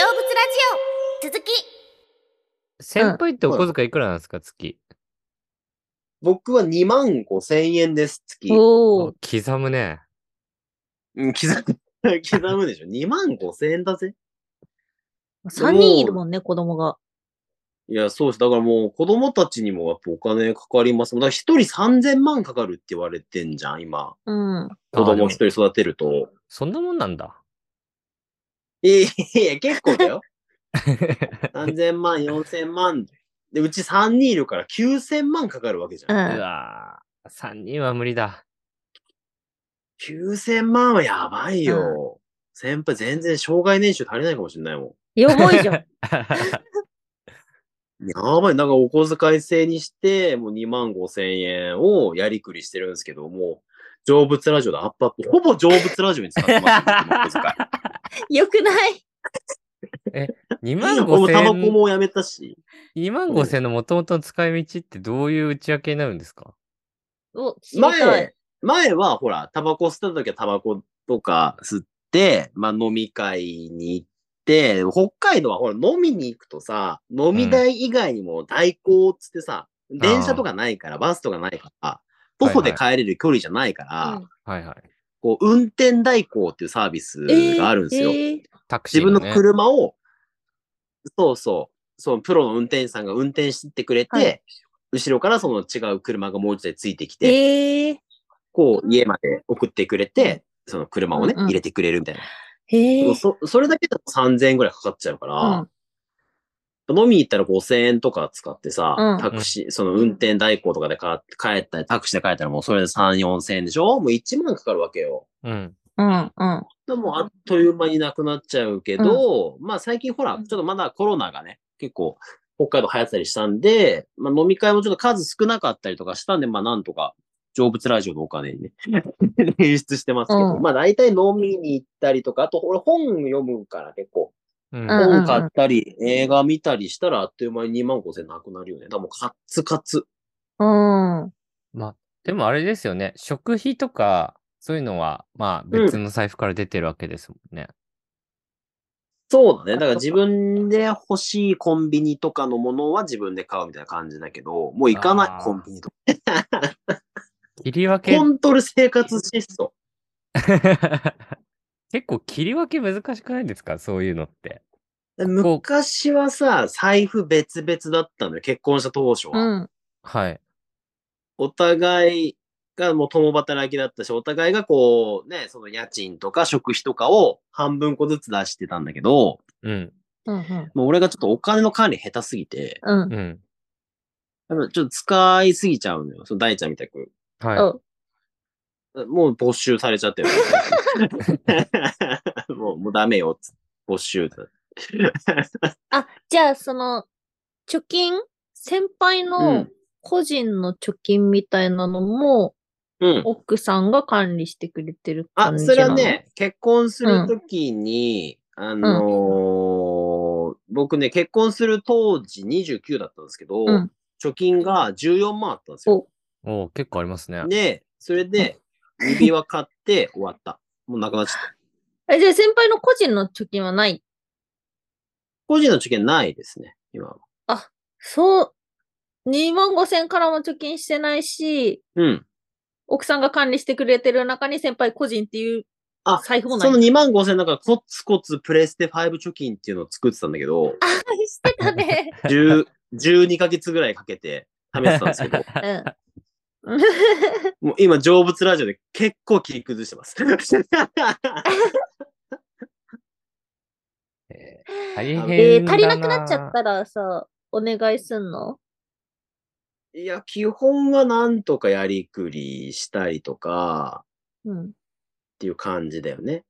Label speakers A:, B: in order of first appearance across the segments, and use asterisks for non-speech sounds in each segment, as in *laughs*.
A: ジオ続き
B: 先輩ってお小遣いいくらなんですか、月。
C: 僕は2万5千円です、月。
B: お
D: おー
B: 刻むね。
C: うん刻む、 *laughs* 刻むでしょ。2万5千円だぜ。
D: 3人いるもんね、子供が。
C: いや、そうです。だからもう子供たちにもやっぱお金かかります。だから一人3000万かかるって言われてんじゃん、今。
D: うん。
C: 子
B: あで
C: 供
B: も
C: 一人育てると。
B: そんなもんなんだ。
C: いやいやいや、結構だ
B: *laughs*
C: よ。3000万、4000万。で、うち3人いるから9000万かかるわけじゃ。
D: うん。
B: うんわぁ、3人は無理 *laughs* だ。
C: 9000万はやばいよ。先輩全然障害年収足りないかもしれないも
D: やばいじゃん。
C: ん。やばい。なんかお小遣い制にして、もう2万5千円をやりくりしてるんですけど、もう、成仏ラジオでアップアップ。ほぼ成仏ラジオに使ってます、僕のお小遣い。
D: *laughs* よくない
B: 2万 *laughs*
C: も
B: 5
C: うタバコ
B: 千円、
C: もやめたし。
B: 2万5千のもともとの使い道ってどういう内訳になるんですか
D: お、知りたい
C: 前。、前はほら、タバコ吸ってた時はタバコとか吸って、まあ飲み会に行って、北海道はほら、飲みに行くとさ、飲み代以外にも代行っつってさ、電車とかないから、バスとかないから、徒歩で帰れる距離じゃないから、
D: うん
B: はいはい。
C: こう、運転代行っていうサービスがあるんですよ。
D: えー
B: タクシ
C: 自
B: ー、
C: 分
B: ね。
C: の車を、そうそう、そのプロの運転手さんが運転してってくれて、
D: はい
C: 後ろからその違う車がもう一台ついてき
D: え
C: て、
D: ー
C: こう家まで送ってくれて、その車をね、
D: うんうん
C: 入れてくれるみたいな。
D: えー
C: そそれだけだと3000円ぐらいかかっちゃうか
D: う
C: ら
D: ん、
C: 飲みに行ったら5000円とか使ってさ、
D: うん
C: タクシー、その運転代行とかでか帰ったり、タクシーで帰ったらもうそれで3、4000円でしょもう1万かかるわけよ。
B: うん。
D: うん。うん。
C: でもあっという間になくなっちゃうけど、まあ最近ほら、ちょっとまだコロナがね、結構北海道流行ったりしたんで、まあ飲み会もちょっと数少なかったりとかしたんで、まあなんとか、成仏ラジオのお金にね、 *laughs* 捻出してますけど、
D: うん
C: まあ大体飲みに行ったりとか、あと俺本読むから結構、
B: うん。
D: うん
C: 本買ったり、映画見たりしたらあっという間に2万5千なくなるよね。だからもうカッツカツ。
D: うん。
B: でもあれですよね。食費とか、そういうのは、まあ別の財布から出てるわけですもんね。
C: そうだね。だから自分で欲しいコンビニとかのものは自分で買うみたいな感じだけど、もう行かない
B: あー
C: コンビニとか。
B: 切り分け
C: コ、ントル生活疾走。
B: *laughs* 結構切り分け難しくないですかそういうのって。
C: 昔はさ、財布別々だったのよ。結婚した当初は。
D: うん。
B: はい。
C: お互いがもう共働きだったし、お互いがこう、ね、その家賃とか食費とかを半分個ずつ出してたんだけど、
B: うん。
D: うん。
C: もう俺がちょっとお金の管理下手すぎて、
D: うん。
B: うん。
C: やっぱちょっと使いすぎちゃうのよ。その大ちゃんみたく。
B: は
D: お
C: もう没収されちゃってる。 *laughs* もう、もうダメよ。つ没収。
D: あ、じゃあ、その、貯金先輩
C: う
D: の
C: ん
D: 個人の貯金みたいなのも、
C: うん。
D: 奥さんが管理してくれてる感
C: あ、
D: じ
C: それ
D: なの
C: は。ね、結婚するときに、あのー僕ね、結婚する当時29だったんですけど、
D: うん
C: 貯金が14万あったんですよ。
B: い。おお結構ありますね。
C: で、それで指輪買って終わった。もうなくなっちゃった。
D: え、じゃあ先輩の個人の貯金はない。
C: 個人の貯金ないですね、今は。
D: そう、2万5千からも貯金してないし、
C: うん。
D: 奥さんが管理してくれてる中に先輩個人っていう
C: あ
D: 財布も
C: そ
D: ない。
C: の2万5千だからコツコツプレステ5貯金っていうのを作ってたんだけど、
D: あ、してた
C: *laughs*
D: ね。
C: 10 12ヶ月ぐらいかけて試してたんです
D: *laughs*
C: けど、
D: うん。
C: もう今、成仏ラジオで結構切り崩してます。
B: えー大変だな。
D: えー足りなくなっちゃったらさ、お願いすんの
C: いや、基本はなんとかやりくりしたりとか
D: うん。
C: っていう感じだよね。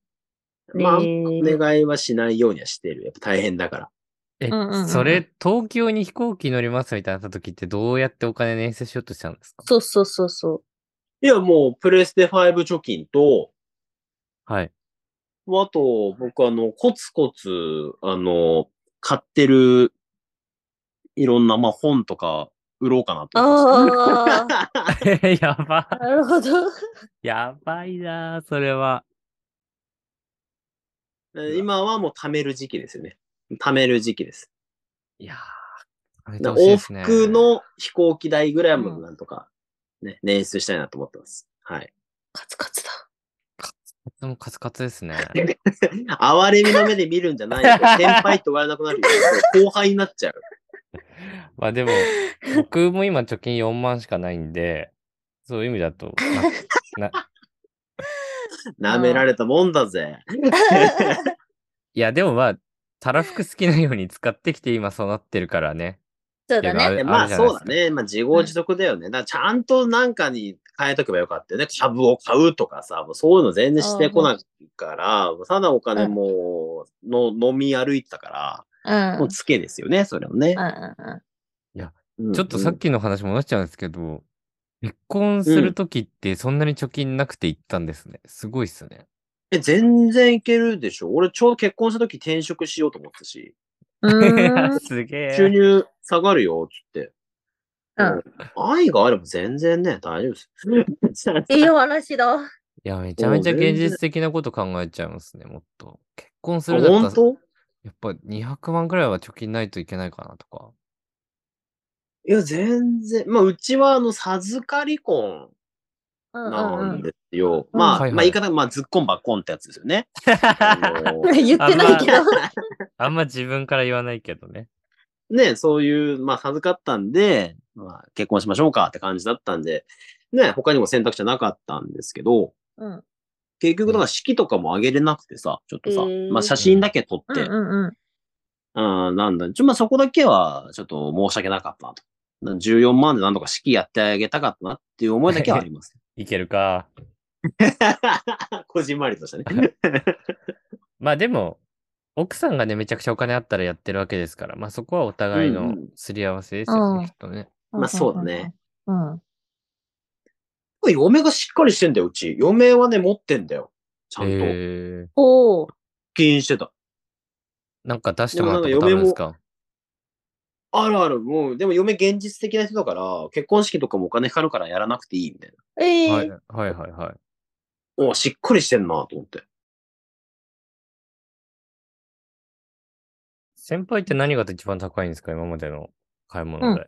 C: ま
D: え
C: あ、お
D: ー
C: 願いはしないようにはしてる。やっぱ大変だから。
B: え、
D: うんうんうん
B: それ、東京に飛行機乗りますみたいになった時って、どうやってお金捻出しようとしたんですか
D: そうそうそうそう。
C: いや、もう、プレステ5貯金と、
B: はい。 *laughs*
C: あと、僕、あの、コツコツ、あの、買ってる、いろんな、まあ、本とか、売ろうかなと思って
D: ああ、
C: ます。
B: やば。
D: *laughs* なるほど。
B: やばいな、それは。
C: 今はもう、貯める時期ですよね。貯める時期です。
B: いやー、
C: だから往復、の飛行機代ぐらいもなんとか、ね、捻出したいなと思ってます。はい。
D: カツカツ
C: *laughs*
D: だ。
B: でもカツカツですね。 *laughs*
C: 哀れみの目で見るんじゃないよ。先輩って言われなくなるよ。後輩になっちゃう。
B: まあでも、僕も今貯金4万しかないんで、そういう意味
D: *laughs*
B: だと、なな
C: 舐められたもんだぜ。
B: いや、でもまあ、たらふく好きなように使ってきて今そうなってるからね。
D: そうだね。
B: れ
C: ま
B: ある
C: あ
B: じゃないで
C: そ
B: す
C: うだ
B: か
C: ね。まあ自業自得だよね。だからちゃんとなんかに変えとけばよかったよね。株を買うとかさ、もうそういうの全然してこないから、ただお金もの、飲み歩いてたか
D: うん
C: ら、もうつけですよね、それをね
D: うん。うんうん
C: うん
B: ちょっとさっきの話戻しちゃうんですけど、結婚するときってそんなに貯金なくて行ったんですね。すごいっすね。
C: え、全然いけるでしょ俺ちょうど結婚した時転職しようと思ったし、
D: う
C: *laughs*
D: ーん。
B: *laughs* すげ
C: 収
B: え。
C: 入下がるよ、つって。
D: うん
C: 愛があれば全然ね、大丈夫
D: *laughs*
C: です。
D: いい話だ。
B: いや、めちゃめちゃ現実的なこと考えちゃいますね、もっと。結婚するだ
C: 本
B: ったら、
C: 当
B: やっぱ200万くらいは貯金ないといけないかなとか。
C: いや、全然。まあ、うちは、あの、授かり婚
D: うんうん
C: なん
D: うん
C: ですよ。
D: うん
C: ま
B: は
C: あ、
B: いはい
C: まあ、言い方、まあ、ずっこんばっこんってやつですよね。あ
D: *laughs*
C: の
D: *laughs* 言ってないけど。
B: *laughs* あんま自分から言わないけどね。
C: ね、そういう、まあ、授かったんで、まあ、結婚しましょうかって感じだったんで、ね、他にも選択肢はなかったんですけど、
D: うん
C: 結局、だから式とかもあげれなくてさ、ちょっとさ、
D: へー
C: まあ、写真だけ撮っ
D: うん
C: て、
D: うんうん。
C: うん、なんだ、ちょ、まあ、そこだけは、ちょっと申し訳なかったなと。14万でなんとか式やってあげたかったなっていう思いだけはあります。
B: いけるか。
C: *laughs* こじんまりとしたね。
B: まあでも、奥さんがね、めちゃくちゃお金あったらやってるわけですから、まあそこはお互い
C: うんう
B: の
C: ん
B: すり合わせですよね、
D: うん
B: きっとね。
C: まあそうだね。
D: うん。うん
C: *laughs* 嫁がしっかりしてんだよ、うち。嫁はね、持ってんだよ。ちゃんと。
B: へ
C: 貯
B: ー
D: おお。
C: 金してた。
B: なんか出してもらったことあるんですか
C: あるある、もう、でも嫁現実的な人だから、結婚式とかもお金かかるからやらなくていい、みたい
D: ええ
B: はい、はいはいはい。
C: な。おしっかりしてんな、と思って。
B: 先輩って何が一番高いんですか今までの買い物で。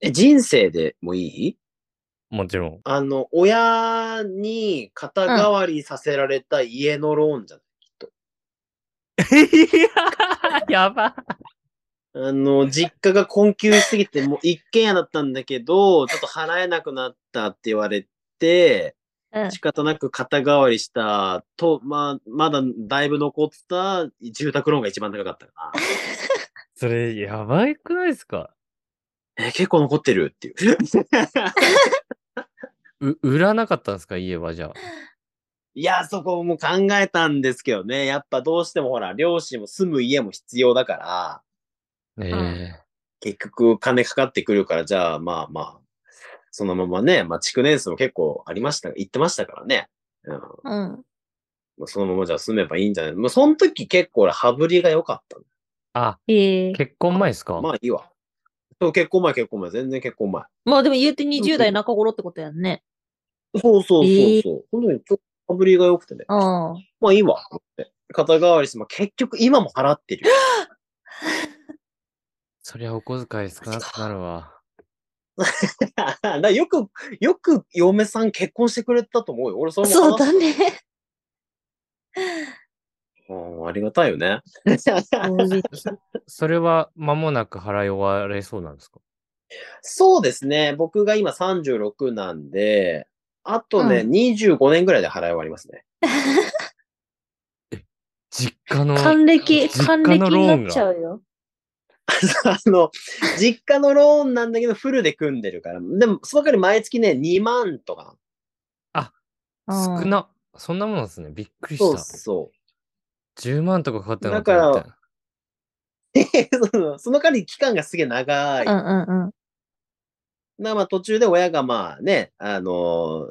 C: え、人生でもいい
B: もちろん。
C: あの、親に肩代わりさせられた家のローンじゃん。
B: やば。
C: あの、実家が困窮しすぎて、もう一軒家だったんだけ
D: *laughs*
C: ど、ちょっと払えなくなったって言われて、
D: うん
C: 仕方なく肩代わりしたと、まあ、まだだいぶ残った住宅ローンが一番高かった
D: *laughs*
C: か
B: それ、やばいくないですか
C: な。えー結構残ってるっていう。 *laughs*
B: う、売らなかったんですか家はじゃあ。
C: いや、そこも考えたんですけどね。やっぱどうしてもほら、両親も住む家も必要だから、
B: ええ
C: 結局金かかってくるから、じゃあまあまあ、そのままね、まあ築年数も結構ありました、言ってましたからね。うん
D: うん。
C: まあ、そのままじゃあ住めばいいんじゃないまあその時結構俺羽振りが良かったの
B: あ、
D: ええ
B: 結婚前ですか
C: まあいいわ。そう結婚前結婚前、全然結婚前。
D: まあでも言うて20代中頃ってことやんね。
C: そうそうそうそう。
D: え
C: 本当にちょっとぶりが良くてね。
D: うん。
C: まあいいわ。って肩代わりして、まあ、結局今も払ってるよ。
B: そりゃお小遣い少なくなるわ。
C: だからよ *laughs* く、よく嫁さん結婚してくれたと思うよ。俺それも
D: そう
C: 話
D: だね。
C: うんありがたいよね。
B: それは間もなく払い終われそうなんですか
C: *laughs* そうですね。僕が今36なんで、あとね、25年ぐらいで払い終わりますね。
B: 実家の。
D: 還暦、
B: 実
D: 還
B: 家
D: 暦
B: のローン
D: になっ
B: が
D: ちゃうよ。
C: あの、実家のローンなんだけど、フルで組んでるから。でも、その代わり毎月ね、2万とか。
D: うん
B: 少な。そんなもんですね。びっくり
C: そう
B: し
C: そう。
B: た。10万とかかかったの
C: だから
B: と思った
C: そのその代わり期間がすげえ長い。
D: うんうん
C: なまあ途中で親がまあね、あの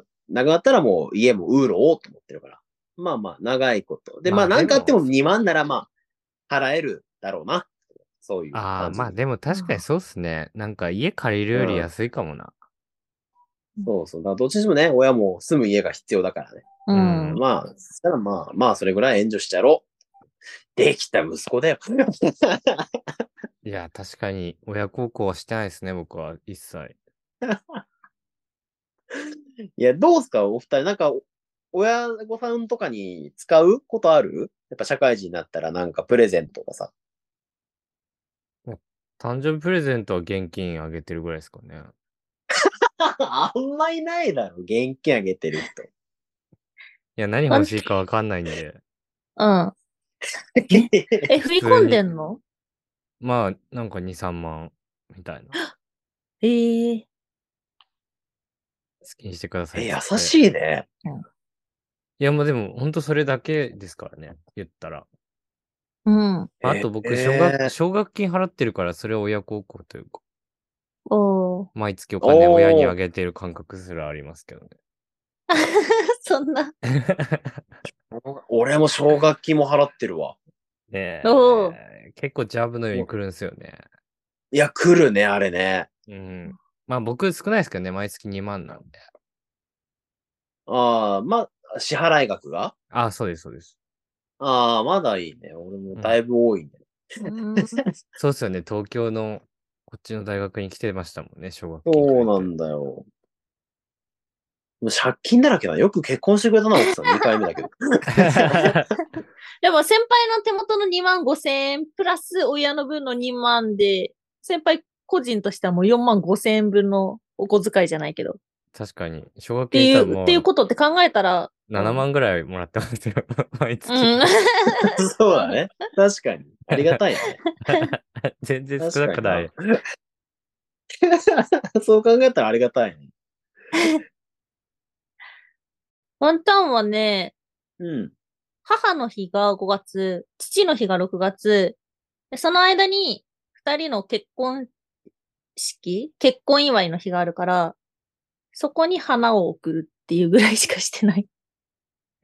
C: ー亡くなったらもう家も売ろうと思ってるから。まあまあ長いこと。で、まあ
B: まあ
C: 何かあって
B: で
C: も
B: も
C: 2万ならまあ払えるだろうな。そういう
B: ああ、
C: 感じ。
B: まあでも確かにそうっすね。なんか家借りるより安いかもな。
C: そうそう。だからどっちにしてもね、親も住む家が必要だからね。
D: うん。うん。
C: まあ、そしたらまあまあそれぐらい援助しちゃろできた息子だよ。
B: いや、確かに、親孝行はしてないですね、僕は、一切。
C: *laughs* いや、どうすかお二人。なんか、親御さんとかに使うことあるやっぱ社会人になったらなんかプレゼントとかさ。
B: 誕生日プレゼントは現金あげてるぐらいですかね。
C: *laughs* あんまりないだろ、現金あげてる人。
B: いや、何欲しいかわかんないんで。
D: うん。え、振り込んでんの
B: ま
C: *laughs*
B: あ、なんか2、3万みたいな。好
D: ええ
B: きにしてください。
C: *laughs* え、
B: って
C: 優しいね。
B: いや、もうでも、ほんとそれだけですからね、言ったら。
D: うん。
B: まああと僕、
C: えー
B: 奨学、奨学金払ってるから、それは親孝行というか、
D: お
C: *laughs*
D: ー
B: 毎月お金を親に
C: おー
B: あげてる感覚すらありますけどね。 *laughs*
D: そん
C: *laughs*
D: な。
C: 俺も奨学金も払ってるわ。
B: ねえ
D: おー
B: 結構ジャブのように来るんですよね。
C: いや、来るね、あれね。
B: うん。まあ僕少ないですけどね、毎月2万なんで。
C: ああ、まあ、支払い額が
B: あ、そうです、そうです。
C: ああ、まだいいね。俺もだいぶ多いね。
D: うん
B: そうですよね、東京のこっちの大学に来てましたもんね、小学校。
C: そうなんだよ。もう借金だらけだ。よく結婚してくれたな、奥さん。2回目だ
D: *laughs*
C: けど。
B: だ。
D: でも先輩の手元の2万5千円、プラス親の分の2万で、先輩個人としてはもう4万5千円分のお小遣いじゃないけど。っ
B: *laughs* 確かに、小学
D: てい
B: 金多
D: う、
B: 分
D: っていうことって考えたら、
B: 7万ぐらいもらってますよ、 *laughs* 毎月。
D: うん。 *laughs*
C: そうだね。確かに。ありがたいね。
B: *laughs* 全然少な
C: 確
B: く
C: か
B: な
C: に
B: い。
C: な。そう考えたらありがたいね。
D: ワンタンはね、
C: うん。
D: 母の日が5月、父の日が6月、でその間に二人の結婚式結婚祝いの日があるから、そこに花を送るっていうぐらいしかしてない。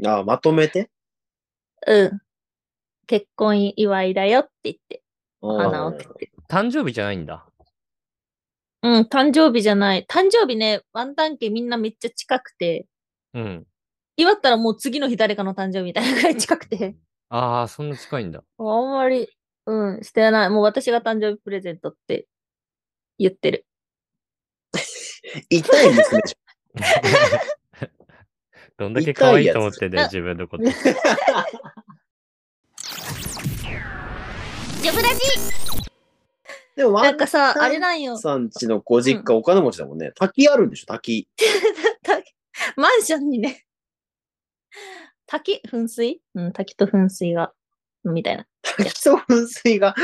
C: ああ、まとめて。
D: うん。結婚祝いだよって言って、花を
C: うん
D: 送ってる。
B: 誕生日じゃないんだ。
D: うん、誕生日じゃない。誕生日ね、ワンタン家みんなめっちゃ近くて、
B: うん。
D: 祝ったらもう次の日誰かの誕生日みたいなぐらい近くて。
B: ああ、そんな近いんだ。 *laughs*
D: もうあんまり、うん、してない。もう私が誕生日プレゼントって言ってる。
C: 痛いですね。
B: どんだけ可愛いと思ってんだよ、自分のこと。
D: ジョブラジ
C: でも、
D: なんかさ、
C: ワン
D: あれなんよ。
C: さんちのご実家お金持ちだもんね。滝あるんでしょ滝。
D: マンションにね、滝、噴水うん、滝と噴水が、みたいな。
C: 滝と噴水が。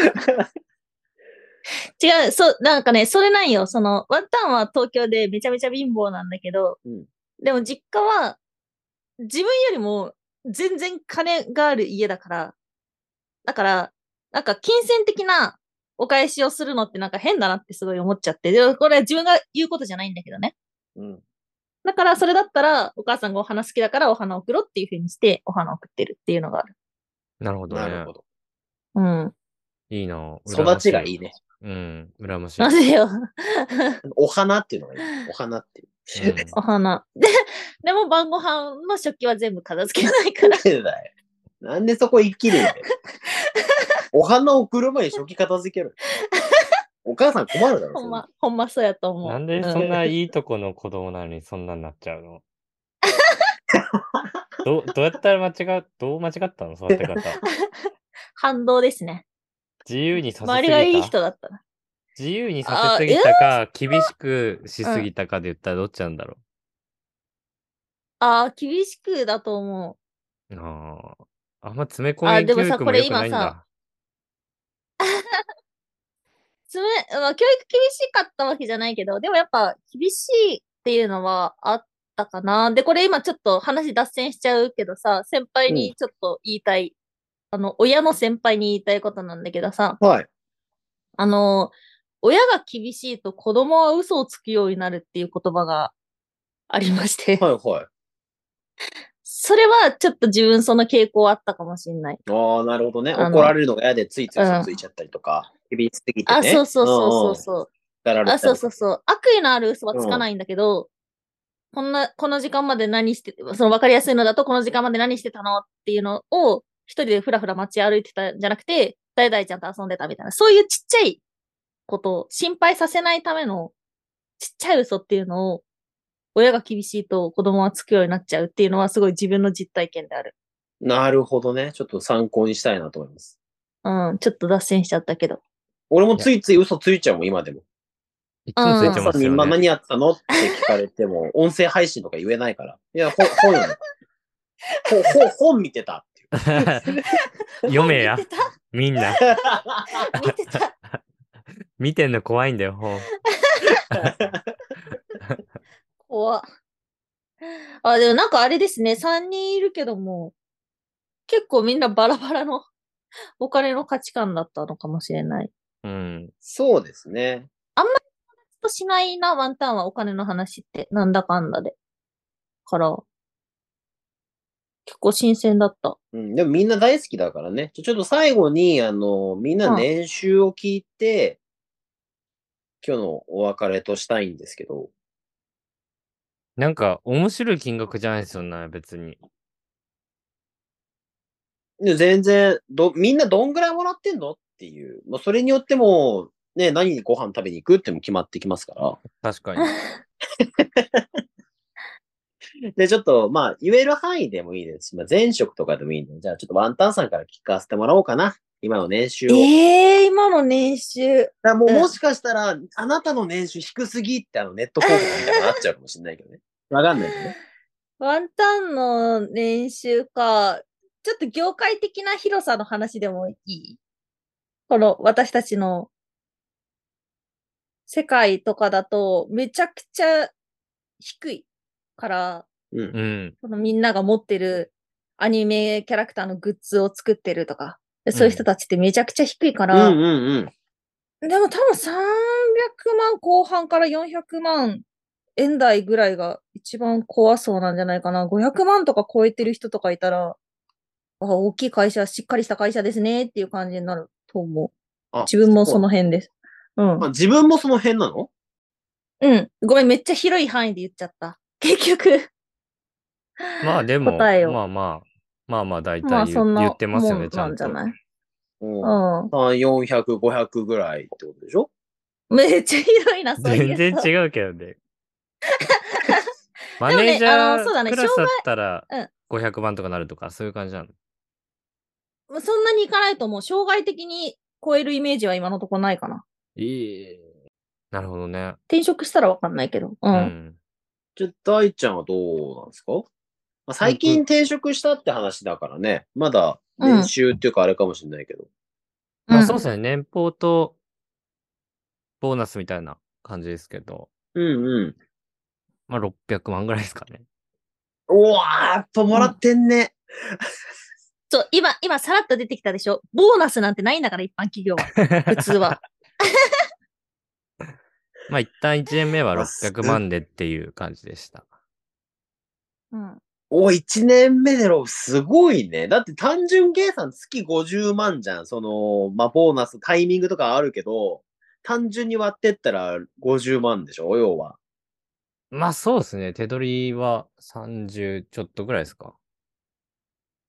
D: 違う、そう、なんかね、それなんよ。その、ワンタンは東京でめちゃめちゃ貧乏なんだけど、
C: うん
D: でも実家は、自分よりも全然金がある家だから、だから、なんか金銭的なお返しをするのってなんか変だなってすごい思っちゃって、でこれは自分が言うことじゃないんだけどね。
C: うん。
D: だから、それだったら、お母さんがお花好きだからお花送ろうっていう風にして、お花送ってるっていうのがある。
B: なるほど
C: なる
B: ね
C: ほ。ど。
D: うん。
B: いいな。
C: 育ちがいいね。
B: 羨ましい。うん、羨ましい。
D: なぜよ。
C: お花っていうのがいい。お花っていう。
D: お花。で、でも晩ご飯の食器は全部片付けないから。
C: なんでだよなんでそこ生きるんだよ。お花を送る前に初期片付ける。お母さん困るだろ。
D: ほんま、ほんまそうやと
B: う
D: 思
B: ん
D: う。
B: なんで
D: う
B: そんないいとこの子供なのにそんなんなっちゃ
D: *laughs*
B: うのどうどうやったら間違う、どう間違ったの育て方。
D: 反動ですね。
B: 自由にさせすぎた
D: 周りがいい人だったら。
B: 自由にさせすぎたか、厳しくしすぎたかで言ったらどっちなんだろ
D: ああ、厳しくだと思
B: う。あーあんま詰め
D: あ
B: 込
D: ー
B: み
D: でも
B: 教
D: さ
B: 育
D: こ
B: も
D: れ
B: 良くないん
D: 今さ
B: だ。
D: う。つめ、まあ、教育厳しかったわけじゃないけど、でもやっぱ厳しいっていうのはあったかな。で、これ今ちょっと話脱線しちゃうけどさ、先輩にちょっと言いたい。あの、親の先輩に言いたいことなんだけどさ、
C: はい。
D: あの、親が厳しいと子供は嘘をつくようになるっていう言葉がありまして、
C: はいはい。
D: それはちょっと自分その傾向あったかもしんない。
C: ああ、なるほどね。
D: あの
C: 怒られるのが嫌でついつい
D: うん
C: ついちゃったりとか。厳しすぎてね。
D: あ、そうそうそうそうそう。
C: うん。やられた
D: あ、
C: りとか
D: そうそうそう。悪意のある嘘はつかないんだけど、こんな、この時間まで何して、その分かりやすいのだと、この時間まで何してたのっていうのを、一人でふらふら街歩いてたんじゃなくて、誰々ちゃんと遊んでたみたいな、そういうちっちゃいことを心配させないためのちっちゃい嘘っていうのを、親が厳しいと子供はつくようになっちゃうっていうのはすごい自分の実体験である。
C: なるほどね。ちょっと参考にしたいなと思います。
D: うん、ちょっと脱線しちゃったけど。
C: 俺もついつい嘘ついちゃうもん、今でも。
B: いつもついて
C: さ
B: ま
C: ん
B: す
C: に、
B: よ
C: 今
B: ね。
C: 何やってたのって聞かれても、音声配信とか言えないから。いや、ほ本よ。
D: *laughs*
C: ほほ本見てたっていう。
B: *laughs* 読め
D: *laughs*
B: や
D: 見、て
B: *laughs* みんな。
D: た見てた。
B: 見てんの怖いんだよ、本。
D: 怖っあ、でもなんかあれですね、3人いるけども、結構みんなバラバラのお金の価値観だったのかもしれない。
B: うん。
C: *laughs* そうですね。
D: としないな、ワンタンはお金の話って、なんだかんだで。から、結構新鮮だった。
C: うん、でもみんな大好きだからね。ちょちょっと最後に、あの、みんな年収を聞いて、今日のお別れとしたいんですけど。
B: なんか、面白い金額じゃないですよね、別に。
C: で全然ど、みんなどんぐらいもらってんのっていう。まあ、それによっても、ね、何にご飯食べに行くっても決まってきますか
B: 確かに。
C: ら。で、ちょっと、まあ、言える範囲でもいいですし、まあ、前職とかでもいいんで、じゃあちょっとワンタンさんから聞かせてもらおうかな。今の年収を。
D: *laughs*
C: だ
D: ええ今の年収。
C: からもう、
D: うん
C: もしかしたら、あなたの年収低すぎって、あの、ネット広告みたいになっちゃうかもしれないけどね。わかんないけどね。
D: ワンタンの年収か、ちょっと業界的な広さの話でもいいこの私たちの世界とかだとめちゃくちゃ低いから、
C: うん。
B: うん。
D: このみんなが持ってるアニメキャラクターのグッズを作ってるとか、でそういう人たちってめちゃくちゃ低いか
C: う
D: ら、
C: んうんうん。
D: でも多分300万後半から400万円台ぐらいが一番怖そうなんじゃないかな。500万とか超えてる人とかいたら、あ大きい会社、しっかりした会社ですねっていう感じになると思う。
C: あ
D: 自分もその辺です。うん
C: まあ、。自分もその辺なの
D: うん。ごめん、めっちゃ広い範囲で言っちゃった。結局。
B: まあでも、
D: 答えを
B: まあまあ、まあまあ大
D: まあ
B: 体
D: そ
B: 言,、
D: んな
B: 言ってますよ
D: も
B: ね、
D: ん
B: ちゃ
D: なん
B: ん
D: じ
B: と。
D: ゃない
C: うん。
D: うん。
C: 3、400、500ぐらいってことでしょ
D: めっちゃ広いな、そういう
B: 全
D: と。
B: 然
D: *laughs* う。
B: 違うけどね。マネージャ
D: あのそうだ
B: ー
D: ね
B: クラスだったら
D: 障
B: 500万とかなるとか、そういう感じなの。
D: そんなにいかないともう、障害的に超えるイメージは今のところないかな。
C: ええ。
B: なるほどね。
D: 転職したらわかんないけど。う。
B: うんん。
C: じゃあ、大ちゃんはどうなんですか、まあ、最近転職したって話だからね、まだ年収っていうかあれかもしれないけど。
B: ま
D: う
B: あ
D: ん
B: そうですね、年俸とボーナスみたいな感じですけど、
C: うんうん。
B: まあ600万ぐらいですかね。
C: うわー、やっぱもらってんね。
D: そう、今、今、さらっと出てきたでしょ。ボーナスなんてないんだから、一般企業は。普通は。
B: まあ一旦1年目は
C: まあす
B: 600万でっていう感じでした。
D: *laughs* うん。
C: お、1年目でろ、すごいね。だって単純計算月50万じゃん。その、まあ、ボーナス、タイミングとかあるけど、単純に割ってったら50万でしょ、要は。
B: まあそうですね、手取りは30ちょっとぐらいですか。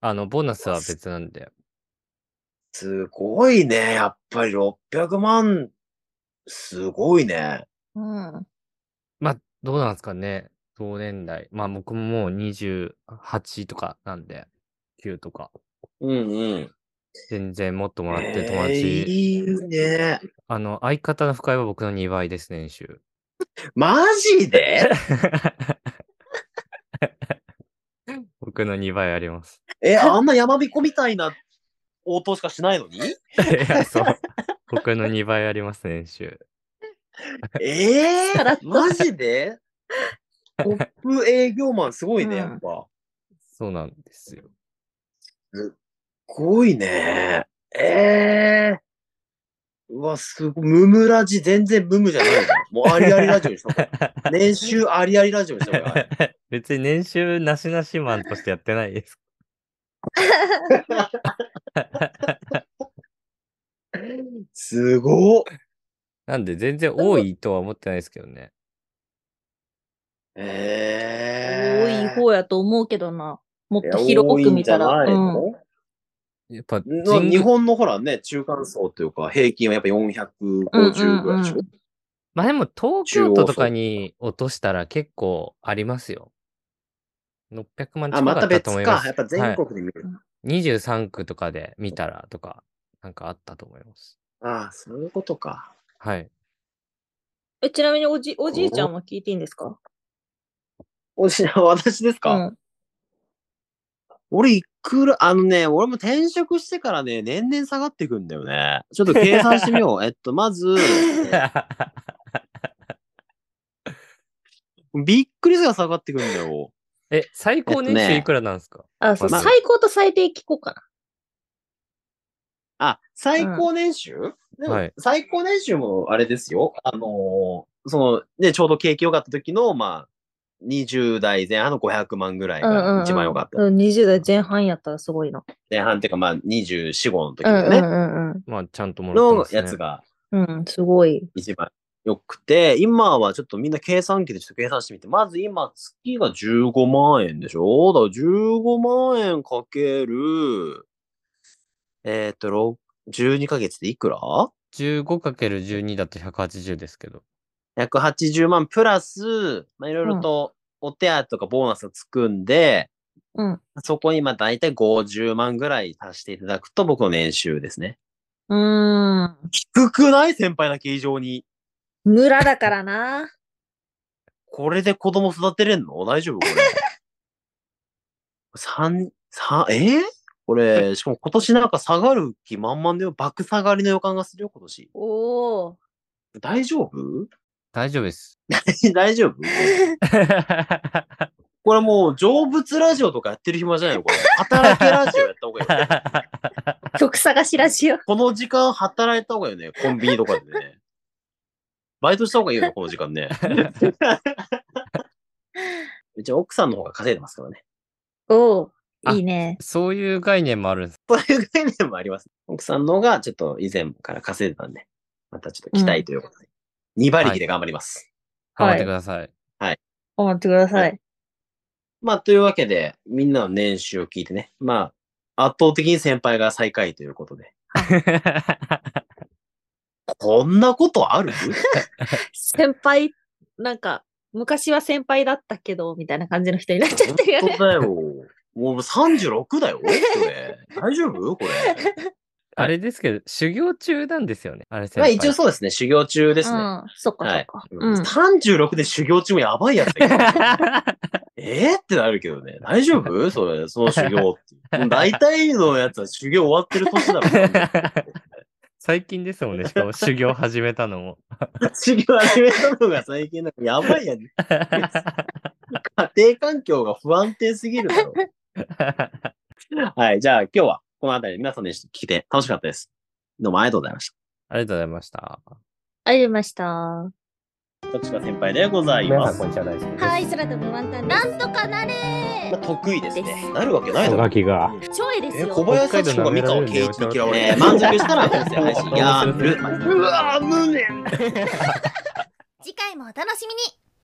B: あの、ボーナスは別なんで。
C: すごいね。やっぱり600万、すごいね。
D: うん。
B: まあ、どうなんですかね。同年代。まあ、僕ももう28とかなんで、9とか。
C: うんうん。
B: 全然もっともらってる友
C: えー
B: 達。
C: いいね。
B: あの、相方の深井は僕の2倍ですね、年収。 *laughs*
C: マジで
B: 僕の2倍あります。 *laughs*
C: え、 *laughs* あんな山彦みたいな応答しかしないのに
B: いや、そう。僕の2倍あります、年収。
C: え
D: さらっ
C: ー、
D: と
C: マジでトップ営業マンすごいね、
D: うん
C: やっぱ。
B: そうなんですよ。
C: すごいね。えー。うわ、すごい。ムムラジ全然ムムじゃないじゃん。もうありありラジオにしとこ *laughs* う。年収ありありラジオにしとこうよ。
B: *laughs* 別に年収なしなしマンとしてやってないです。
C: すごっ。
B: なんで、全然多いとは思ってないですけどね。
C: え
D: 多
C: ー。
D: い方やと思うけどな。もっ
C: いや
D: と広く見たら。
C: 多いんじゃない
D: うん。
C: の
B: やっぱ
C: の
B: 人
C: 日本のほらね、中間層というか、平均はやっぱ450ぐらいでしょ。
D: うんうんうん
B: まあでも東京都とかに落としたら結構ありますよ。600万
C: あ、
B: 近
C: ま
B: かっ
C: た
B: た
C: 別
B: と思いま
C: か。
B: す。
C: やっぱ全国で見る。
B: 23区とかで見たらとか、なんかあったと思います。
C: ああ、そういうことか。
B: *laughs* はい。
D: え、ちなみにおじ、おじいちゃんは聞いていいんですか
C: おし私ですか、
D: うん。
C: 俺、いくら、あのね、俺も転職してからね、年々下がっていくんだよね。ちょっと計算してみよう。えっと、まず、びっくりするが下がっていくんだよ。
B: え、最高年
C: えっ
B: 収
C: とね
B: いくらなんですか、
D: あ、そう、
C: まあ
D: 最高と最低聞こうかな。
C: あ、最高年収、でも
B: はい
C: 最高年収もあれですよ。あのーその、ね、ちょうど景気良かった時の、まあ、20代前半の500万ぐらい
D: うんうん、う
C: が
D: ん。
C: 一番良かった。
D: うん、20代前半やったらすごいな。
C: 前半っていうか、まあ、24、5の時
D: う
C: の
D: ん
C: ね、
D: うんうんうん。
B: まあちゃんともらってま
C: の
B: す、ね。
C: やつが
D: うん、すごい。
C: 一番良くて、今はちょっとみんな計算機でちょっと計算してみて、まず今月が15万円でしょだから15万円かける、えっ、と、ろ12ヶ月でいくら
B: 15×12 だと180ですけど。
C: 180万プラス、まあ、いろいろとお手当とかボーナスがつくんで、
D: うん。
C: そこにまあ大体50万ぐらい足していただくと僕の年収ですね。
D: うーん。
C: 低くない先輩な形状に。
D: 村だからな。
C: これで子供育てれんの大丈夫これ。 *laughs* 三、三、えーこれ、しかも今年なんか下がる気満々だよ。爆下がりの予感がするよ、今年。
D: おー。
C: 大丈夫 *laughs*
B: 大丈夫 *laughs* です。
C: 大丈夫これもう、成仏ラジオとかやってる暇じゃないのこれ。働けラジオやった方がいいよ。
D: 曲探しラジオ。
C: この時間働いた方がいいよね。コンビニとかで *laughs* ね。バイトした方がいいよね、この時間 *laughs* ね。うち奥さんの方が稼いでますからね。
D: お
B: あ
D: ー。いいね。
B: そういう概念もあるんです。
C: そういう概念もあります。奥さんの方がちょっと以前から稼いでたんで、またちょっと期待ということで。2馬力で頑張ります。
B: 頑
D: は
B: 張
D: い
B: ってくだ *laughs* さい。
D: お待ってください。
C: まあ、というわけで、みんなの年収を聞いてね、まあ、圧倒的に先輩が最下位ということで。こんなこと *laughs* ある
D: 先輩、なんか、昔は先輩だったけど、みたいな感じの人になっちゃっ
C: 本
D: てるよね。
C: 当だよ。もう36だよ、これ。大丈夫これ。
B: あれですけど、修行中なんですよね。あれ先
C: まあ
B: 輩。
C: 一応そうですね、修行中ですね。
D: うん、そっかそ
C: は
D: っ
C: い
D: か。。
C: うん
D: うん。
C: 36で修行中もやばいやつだけど
B: *laughs*
C: えーってなるけどね。大丈夫それ、その修行って。もう大体のやつは修行終わってる年だ
B: *laughs*
C: ろ。
B: *laughs* 最近ですもんね。しかも修行始めたのも。 *laughs*
C: 修行始めたのが最近なんかやばいやつ。家庭環境が不安定すぎるだろ。はい、じゃあ今日はこの辺りで皆さんに聞いて楽しかったです。どうもありがとうございまし
B: ありがとうございました。
D: ありました。は
C: た。徳島先輩でござい
B: 皆
C: ま
B: さん、
C: す。
B: こんにちは。大好きです。
D: い、空飛ぶワンタン。なんとかなれ
C: まあ得意です
D: です
C: ね。なるわけないだろ。
B: お書きが
C: うん
D: ちょいです
C: え、
D: よ。
C: 小林幸子が三河圭一に嫌われて、満足したら音声配信やる。うわ、無念
A: 次回もお楽しみに